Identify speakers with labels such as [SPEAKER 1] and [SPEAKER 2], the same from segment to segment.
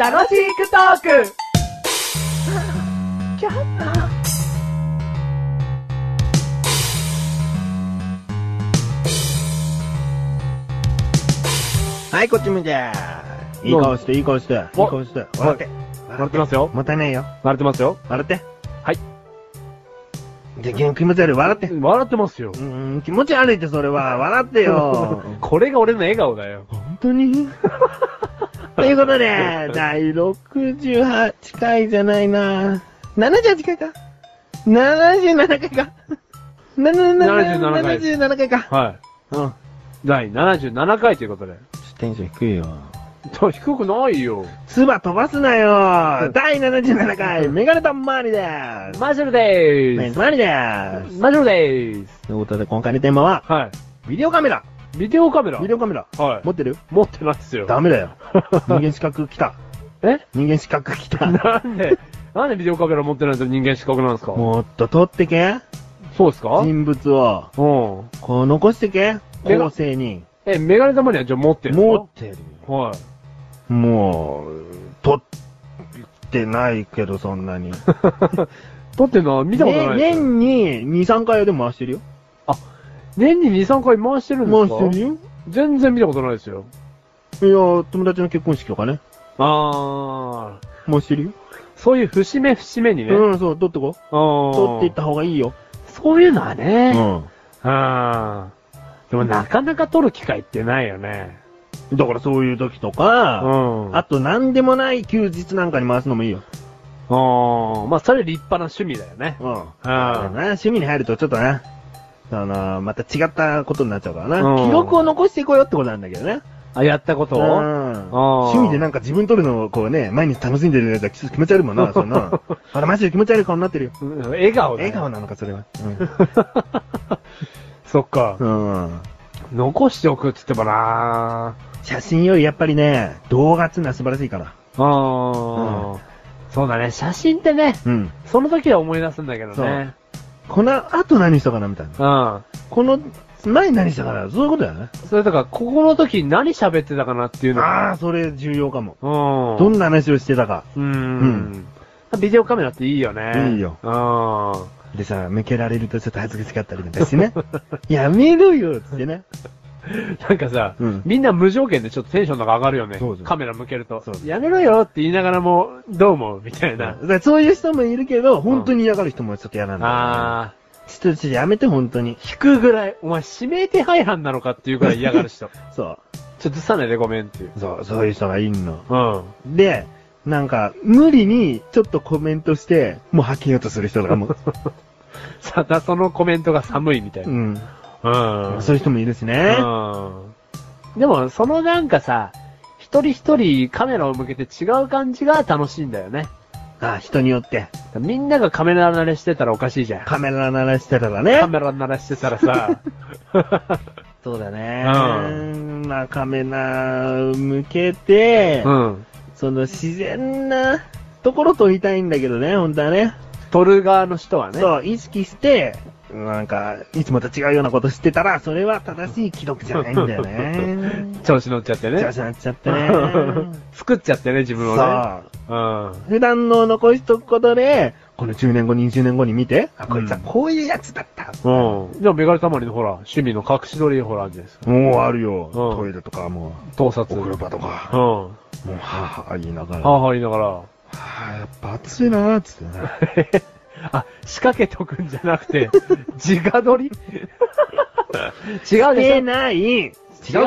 [SPEAKER 1] 楽しくトーク
[SPEAKER 2] はい、こっち向いて。いい顔して、いい顔して、いい
[SPEAKER 3] お
[SPEAKER 2] 顔して。笑って。
[SPEAKER 3] 笑ってますよ
[SPEAKER 2] もったいないよ。
[SPEAKER 3] 笑ってますよ。
[SPEAKER 2] 笑って。
[SPEAKER 3] はい。
[SPEAKER 2] じゃ、気持ち悪い。笑って。う
[SPEAKER 3] 笑ってますよ。
[SPEAKER 2] ーん、気持ち悪いって、それは。笑って よ。
[SPEAKER 3] これが俺の笑顔だよ。
[SPEAKER 2] 本当 にということで、第68回じゃないな78回か ?77 回か
[SPEAKER 3] 77回
[SPEAKER 2] ?77 回か。
[SPEAKER 3] は
[SPEAKER 2] うん。
[SPEAKER 3] い。第77回ということで。
[SPEAKER 2] テンション低いよ。
[SPEAKER 3] そう低くないよ。
[SPEAKER 2] 唾飛ばすなよ第77回、メガネタマリでーす
[SPEAKER 3] マジョルで
[SPEAKER 2] メ
[SPEAKER 3] ー
[SPEAKER 2] ンズマリでーす
[SPEAKER 3] す。マジョルでーす。
[SPEAKER 2] ということで、今回のテーマは、
[SPEAKER 3] は
[SPEAKER 2] ビデオカメラ
[SPEAKER 3] い。ビデオカメラ。
[SPEAKER 2] ビデオカメラ
[SPEAKER 3] はい
[SPEAKER 2] 持。ってる
[SPEAKER 3] 持ってないっすよ。
[SPEAKER 2] ダメだ よ。人間資格来た。
[SPEAKER 3] え
[SPEAKER 2] 人間資格来た。
[SPEAKER 3] なんで、なんでビデオカメラ持ってないんですよ、人間資格なんですか
[SPEAKER 2] もっと撮ってけ
[SPEAKER 3] そうですか
[SPEAKER 2] 人物を。
[SPEAKER 3] うん。
[SPEAKER 2] こう残してけ
[SPEAKER 3] メガ
[SPEAKER 2] 後世に。
[SPEAKER 3] え、メガネ玉にはじゃあ持ってる
[SPEAKER 2] 持
[SPEAKER 3] の
[SPEAKER 2] ってるよ。
[SPEAKER 3] はい。
[SPEAKER 2] もう、撮ってないけど、そんなに。
[SPEAKER 3] 撮ってるのは見たことないですよ、
[SPEAKER 2] ね年に2、3回はでも回してるよ。
[SPEAKER 3] 年に2、3回回してるんですか
[SPEAKER 2] 回してるよ。
[SPEAKER 3] 全然見たことないですよ。
[SPEAKER 2] いや、友達の結婚式とかね。
[SPEAKER 3] あー。
[SPEAKER 2] 回してるよ。
[SPEAKER 3] そういう節目節目にね。
[SPEAKER 2] うん、そう、撮ってこ。撮
[SPEAKER 3] 撮
[SPEAKER 2] っていった方がいいよ。
[SPEAKER 3] そういうのは
[SPEAKER 2] う
[SPEAKER 3] ね。
[SPEAKER 2] ん。
[SPEAKER 3] あー。でもなかなか撮る機会ってないよね。
[SPEAKER 2] だからそういう時と
[SPEAKER 3] う
[SPEAKER 2] か、
[SPEAKER 3] ん。
[SPEAKER 2] あと何でもない休日なんかに回すのもいいよ。
[SPEAKER 3] あー。まあ、それ立派な趣味だよね。
[SPEAKER 2] うん。な
[SPEAKER 3] あ
[SPEAKER 2] 趣味に入るとちょっとね、あの、また違ったことになっちゃうから
[SPEAKER 3] う
[SPEAKER 2] な。
[SPEAKER 3] ん
[SPEAKER 2] 記録を残していこうよってことなんだけどね。
[SPEAKER 3] あ、やったこと
[SPEAKER 2] う
[SPEAKER 3] を
[SPEAKER 2] ん
[SPEAKER 3] あー
[SPEAKER 2] 趣味でなんか自分撮るのをこうね、毎日楽しんでるやつは気持ち悪いもんな、そん な。あれマジで気持ち悪い顔になってるよ。
[SPEAKER 3] うん笑顔だよ
[SPEAKER 2] 笑顔なのか、それは。
[SPEAKER 3] そっか
[SPEAKER 2] う。ん。うん。
[SPEAKER 3] 残しておくって言ってもな
[SPEAKER 2] 写真よりやっぱりね、動画っていうのは素晴らしいから。
[SPEAKER 3] あー、
[SPEAKER 2] う
[SPEAKER 3] そうだね、写真ってね、
[SPEAKER 2] うん。
[SPEAKER 3] その時は思い出すんだけどね。
[SPEAKER 2] この後何したかなみたいな。
[SPEAKER 3] うん。
[SPEAKER 2] この前何したかなそういうことだよね。
[SPEAKER 3] それとか、ここの時何喋ってたかなっていうの
[SPEAKER 2] あ
[SPEAKER 3] が。
[SPEAKER 2] あ、それ重要かも。
[SPEAKER 3] うん。
[SPEAKER 2] どんな話をしてたか。
[SPEAKER 3] うん。ビデオカメラっていいよね。
[SPEAKER 2] いいよ
[SPEAKER 3] うん。
[SPEAKER 2] でさ、向けられるとちょっと恥ずかしかったりなんか してね。やめろよつってね。
[SPEAKER 3] なんかさ、
[SPEAKER 2] うん
[SPEAKER 3] みんな無条件でちょっとテンションなんか上がるよね
[SPEAKER 2] そうそう。
[SPEAKER 3] カメラ向けると
[SPEAKER 2] そう。
[SPEAKER 3] やめろよって言いながらも、どうも、みたい
[SPEAKER 2] だ
[SPEAKER 3] な
[SPEAKER 2] か。らそういう人もいるけど、本当に嫌がる人もちょっと嫌なんだよね、
[SPEAKER 3] あー。
[SPEAKER 2] ちょっとちょっとやめて、本当に。
[SPEAKER 3] 引くぐらい、お前指名手配犯なのかっていうぐらい嫌がる人。
[SPEAKER 2] そ
[SPEAKER 3] ちょっとさないでごめんっていう。
[SPEAKER 2] う。そう、そういう人がいんの。
[SPEAKER 3] うん。
[SPEAKER 2] で、なんか、無理に、ちょっとコメントして、もう吐きようとする人とか も。
[SPEAKER 3] ただそのコメントが寒いみたいうな。
[SPEAKER 2] ん。
[SPEAKER 3] うん
[SPEAKER 2] そういう人もいるしね。
[SPEAKER 3] うん。でも、そのなんかさ、一人一人カメラを向けて違う感じが楽しいんだよね。
[SPEAKER 2] あ、人によって。
[SPEAKER 3] みんながカメラ慣れしてたらおかしいじゃん。
[SPEAKER 2] カメラ鳴らしてたらね
[SPEAKER 3] カ。メラ慣れしてた らさ。
[SPEAKER 2] そうだね。
[SPEAKER 3] う
[SPEAKER 2] まあ、カメラ向けて、
[SPEAKER 3] うん。
[SPEAKER 2] その自然なところ撮りたいんだけどね、本当はね。
[SPEAKER 3] 撮る側の人はね。
[SPEAKER 2] そう、意識して、なんか、いつもと違うようなことしてたら、それは正しい記録じゃないんだよね。
[SPEAKER 3] 調子乗っちゃ ってね。
[SPEAKER 2] 調子なっちゃ ってね。
[SPEAKER 3] 作っちゃってね、自分をね。
[SPEAKER 2] さあ、
[SPEAKER 3] うん。
[SPEAKER 2] 普段のを残しとくことで、この10年後、20年後に見て、あ、こいつは
[SPEAKER 3] うん
[SPEAKER 2] こういうやつだった。
[SPEAKER 3] うん。じゃあ、メガネたまりのほら、趣味の隠し撮りほら、あるじゃないですか。
[SPEAKER 2] もうあるよ。
[SPEAKER 3] うん
[SPEAKER 2] トイレとか、も
[SPEAKER 3] 盗
[SPEAKER 2] う、
[SPEAKER 3] 撮。
[SPEAKER 2] お
[SPEAKER 3] う
[SPEAKER 2] 風
[SPEAKER 3] ん。
[SPEAKER 2] 呂場とか、
[SPEAKER 3] は
[SPEAKER 2] もう、はぁはぁ言いながら、
[SPEAKER 3] あはあ言いながら。
[SPEAKER 2] はぁやっぱ暑いなぁ、つってね。
[SPEAKER 3] あ、仕掛けとくんじゃな くて、自画撮り違うでしょ
[SPEAKER 2] してない違う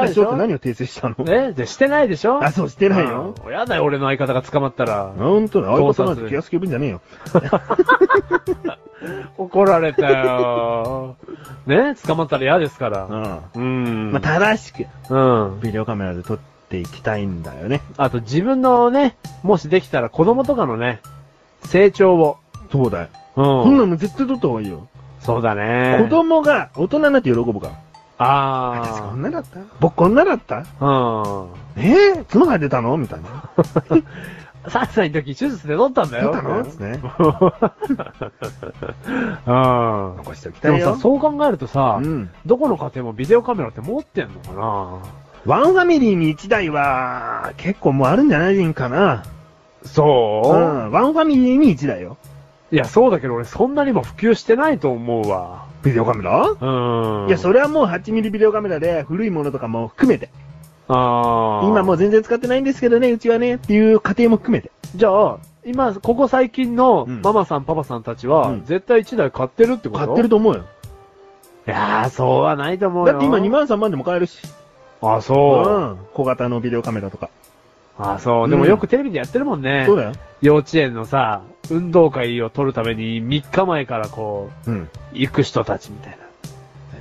[SPEAKER 2] でしょって何を訂正したの
[SPEAKER 3] ねでしてないでしょ
[SPEAKER 2] あ、そう、してないよ。
[SPEAKER 3] うんやだよ、俺の相方が捕まったら。
[SPEAKER 2] ほんとだ、ああいうことなん
[SPEAKER 3] 盗
[SPEAKER 2] て
[SPEAKER 3] 撮
[SPEAKER 2] 気がつけるんじゃねえよ。
[SPEAKER 3] 怒られたよ。ね捕まったら嫌ですか
[SPEAKER 2] う
[SPEAKER 3] ら。
[SPEAKER 2] ん。
[SPEAKER 3] うん。
[SPEAKER 2] まあ、正しく、
[SPEAKER 3] うん。
[SPEAKER 2] ビデオカメラで撮っていきたいんだよね。
[SPEAKER 3] あと自分のね、もしできたら子供とかのね、成長を。
[SPEAKER 2] そうだよ。こん
[SPEAKER 3] う。
[SPEAKER 2] なんの絶対撮った方がいいよ。
[SPEAKER 3] そうだね。
[SPEAKER 2] 子供が大人になって喜ぶから。私こ
[SPEAKER 3] あ
[SPEAKER 2] んなだった僕こんなだった
[SPEAKER 3] あ。うん。
[SPEAKER 2] えぇ角が出たのみたいな。
[SPEAKER 3] 3歳の時手術で取ったんだ
[SPEAKER 2] 出
[SPEAKER 3] よ。
[SPEAKER 2] たのですね。
[SPEAKER 3] うん。
[SPEAKER 2] 残しておき
[SPEAKER 3] で
[SPEAKER 2] た
[SPEAKER 3] も
[SPEAKER 2] いよ。
[SPEAKER 3] さ、そう考えるとさ、
[SPEAKER 2] うん。
[SPEAKER 3] どこの家庭もビデオカメラって持ってんのかな
[SPEAKER 2] ワンファミリーに1台は、結構もうあるんじゃないかな。う
[SPEAKER 3] そ
[SPEAKER 2] ん。ワンファミリーに1台よ。
[SPEAKER 3] いや、そうだけど俺そんなにも普及してないと思うわ。
[SPEAKER 2] ビデオカメラ
[SPEAKER 3] うん。
[SPEAKER 2] いや、それはもう 8mm ビデオカメラで、古いものとかも含めて。
[SPEAKER 3] ああ。
[SPEAKER 2] 今もう全然使ってないんですけどね、うちはね、っていう家庭も含めて。
[SPEAKER 3] じゃあ、今、ここ最近の
[SPEAKER 2] うん
[SPEAKER 3] ママさん、パパさんたちは、
[SPEAKER 2] うん
[SPEAKER 3] 絶対1台買ってるってこと
[SPEAKER 2] 買ってると思うよ。
[SPEAKER 3] いやー、そうはないと思うよ。
[SPEAKER 2] だって今2万3万でも買えるし。
[SPEAKER 3] あ、
[SPEAKER 2] う
[SPEAKER 3] そう。
[SPEAKER 2] ん。小型のビデオカメラとか。
[SPEAKER 3] あ、そうう。
[SPEAKER 2] ん
[SPEAKER 3] でもよくテレビでやってるもんね。
[SPEAKER 2] そうだよ。
[SPEAKER 3] 幼稚園のさ、運動会を撮るために3日前からこう、
[SPEAKER 2] うん。
[SPEAKER 3] 行く人たちみたい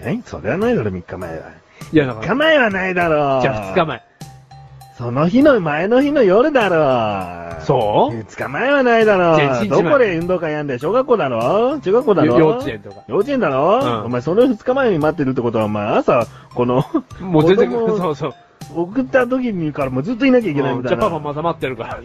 [SPEAKER 3] な。
[SPEAKER 2] えそれはないだろ、3日前は。
[SPEAKER 3] いや、だか
[SPEAKER 2] 3日
[SPEAKER 3] ら、
[SPEAKER 2] 前はないだろ。
[SPEAKER 3] じゃあ2日前。
[SPEAKER 2] その日の前の日の夜だろ。
[SPEAKER 3] そう
[SPEAKER 2] 二日前はないだ
[SPEAKER 3] じゃあ
[SPEAKER 2] ろ。
[SPEAKER 3] 一日
[SPEAKER 2] ど
[SPEAKER 3] 前
[SPEAKER 2] こで運動会やんだよ。小学校だろ中学校だろ
[SPEAKER 3] よ幼稚園とか。
[SPEAKER 2] 幼稚園だろ、
[SPEAKER 3] うん
[SPEAKER 2] お前その二日前に待ってるってことは、お前朝、この、
[SPEAKER 3] もう全然、
[SPEAKER 2] 子供
[SPEAKER 3] そうそう。
[SPEAKER 2] 送った時にからもうずっといなきゃいけない
[SPEAKER 3] うん
[SPEAKER 2] み
[SPEAKER 3] じ
[SPEAKER 2] たい
[SPEAKER 3] ゃあ
[SPEAKER 2] な。
[SPEAKER 3] パパまだ待ってる か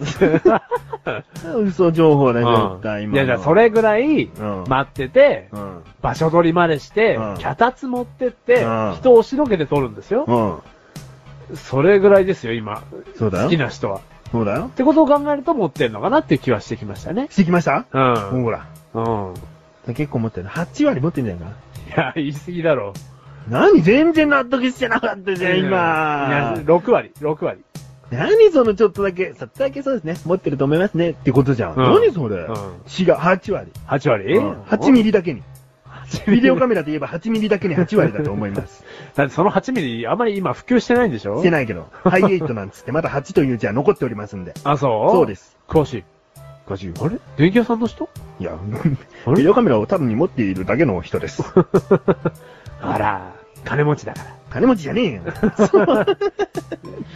[SPEAKER 3] ら。
[SPEAKER 2] 嘘情報だよ、
[SPEAKER 3] う
[SPEAKER 2] 絶対
[SPEAKER 3] ん
[SPEAKER 2] 今。
[SPEAKER 3] いや、じゃあそ。れぐらい、
[SPEAKER 2] うん。
[SPEAKER 3] 待ってて、
[SPEAKER 2] うん。
[SPEAKER 3] 場所取りまでして、
[SPEAKER 2] うん
[SPEAKER 3] 脚立持ってって、
[SPEAKER 2] うん
[SPEAKER 3] 人を押しのけて撮るんですよ。
[SPEAKER 2] うん。
[SPEAKER 3] それぐらいですよ、今。
[SPEAKER 2] そうだ
[SPEAKER 3] 好き
[SPEAKER 2] よ。
[SPEAKER 3] な人は。っ
[SPEAKER 2] そうだよ。
[SPEAKER 3] てことを考えると持ってんのかなっていう気はしてきましたね。
[SPEAKER 2] してきました
[SPEAKER 3] うん。うん。
[SPEAKER 2] ほら。結構持ってる。8割持ってんじゃないか
[SPEAKER 3] いや、言い過ぎだろ。
[SPEAKER 2] な。何全然納得してなかったじゃん、
[SPEAKER 3] いや
[SPEAKER 2] 今。
[SPEAKER 3] 6割、6割。
[SPEAKER 2] 何そのちょっとだけ、ちょっとだけそうですね。持ってると思いますね。ってことじゃん。
[SPEAKER 3] うん
[SPEAKER 2] 何それ、
[SPEAKER 3] う。
[SPEAKER 2] 違うん8割。
[SPEAKER 3] 8割、
[SPEAKER 2] うん8ミリだけに。
[SPEAKER 3] 8
[SPEAKER 2] ビデオ
[SPEAKER 3] メ
[SPEAKER 2] カメラで言えば8ミリだけに8割だと思います。
[SPEAKER 3] だってその8ミリ、あまり今普及してないんでしょ
[SPEAKER 2] してないけど。ハイエイトなんつって、まだ8という字は残っておりますんで。
[SPEAKER 3] あ、そう
[SPEAKER 2] そうです。
[SPEAKER 3] 詳しい。
[SPEAKER 2] 50。
[SPEAKER 3] あれ電気屋さんの人
[SPEAKER 2] いや
[SPEAKER 3] あ、れ
[SPEAKER 2] ビデオカメラを多分に持っているだけの人です。
[SPEAKER 3] あら、金持ちだから。
[SPEAKER 2] 金持ちじゃねえよ。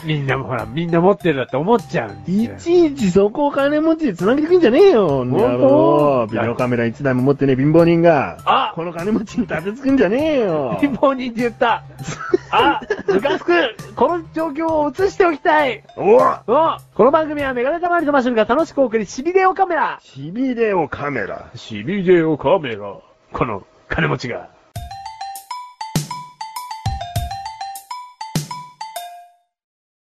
[SPEAKER 3] みんなもほら、みんな持ってるだって思っちゃうん
[SPEAKER 2] い
[SPEAKER 3] ですよ。
[SPEAKER 2] ちいちそこを金持ちで繋げてくんじゃねえよ。
[SPEAKER 3] 当
[SPEAKER 2] なるほどビデオカメラ1台も持ってねえ貧乏人が、
[SPEAKER 3] あ
[SPEAKER 2] この金持ちに立てつくんじゃねえ よ。
[SPEAKER 3] 貧乏人って言った。あ、ムカつく。この状況を映しておきたい。
[SPEAKER 2] おぉ
[SPEAKER 3] おこの番組はメガネたまりとマシュルが楽しくお送り、シビデオカメラ。
[SPEAKER 2] シビデオカメラ。
[SPEAKER 3] シビデオカメラ。この金持ちが。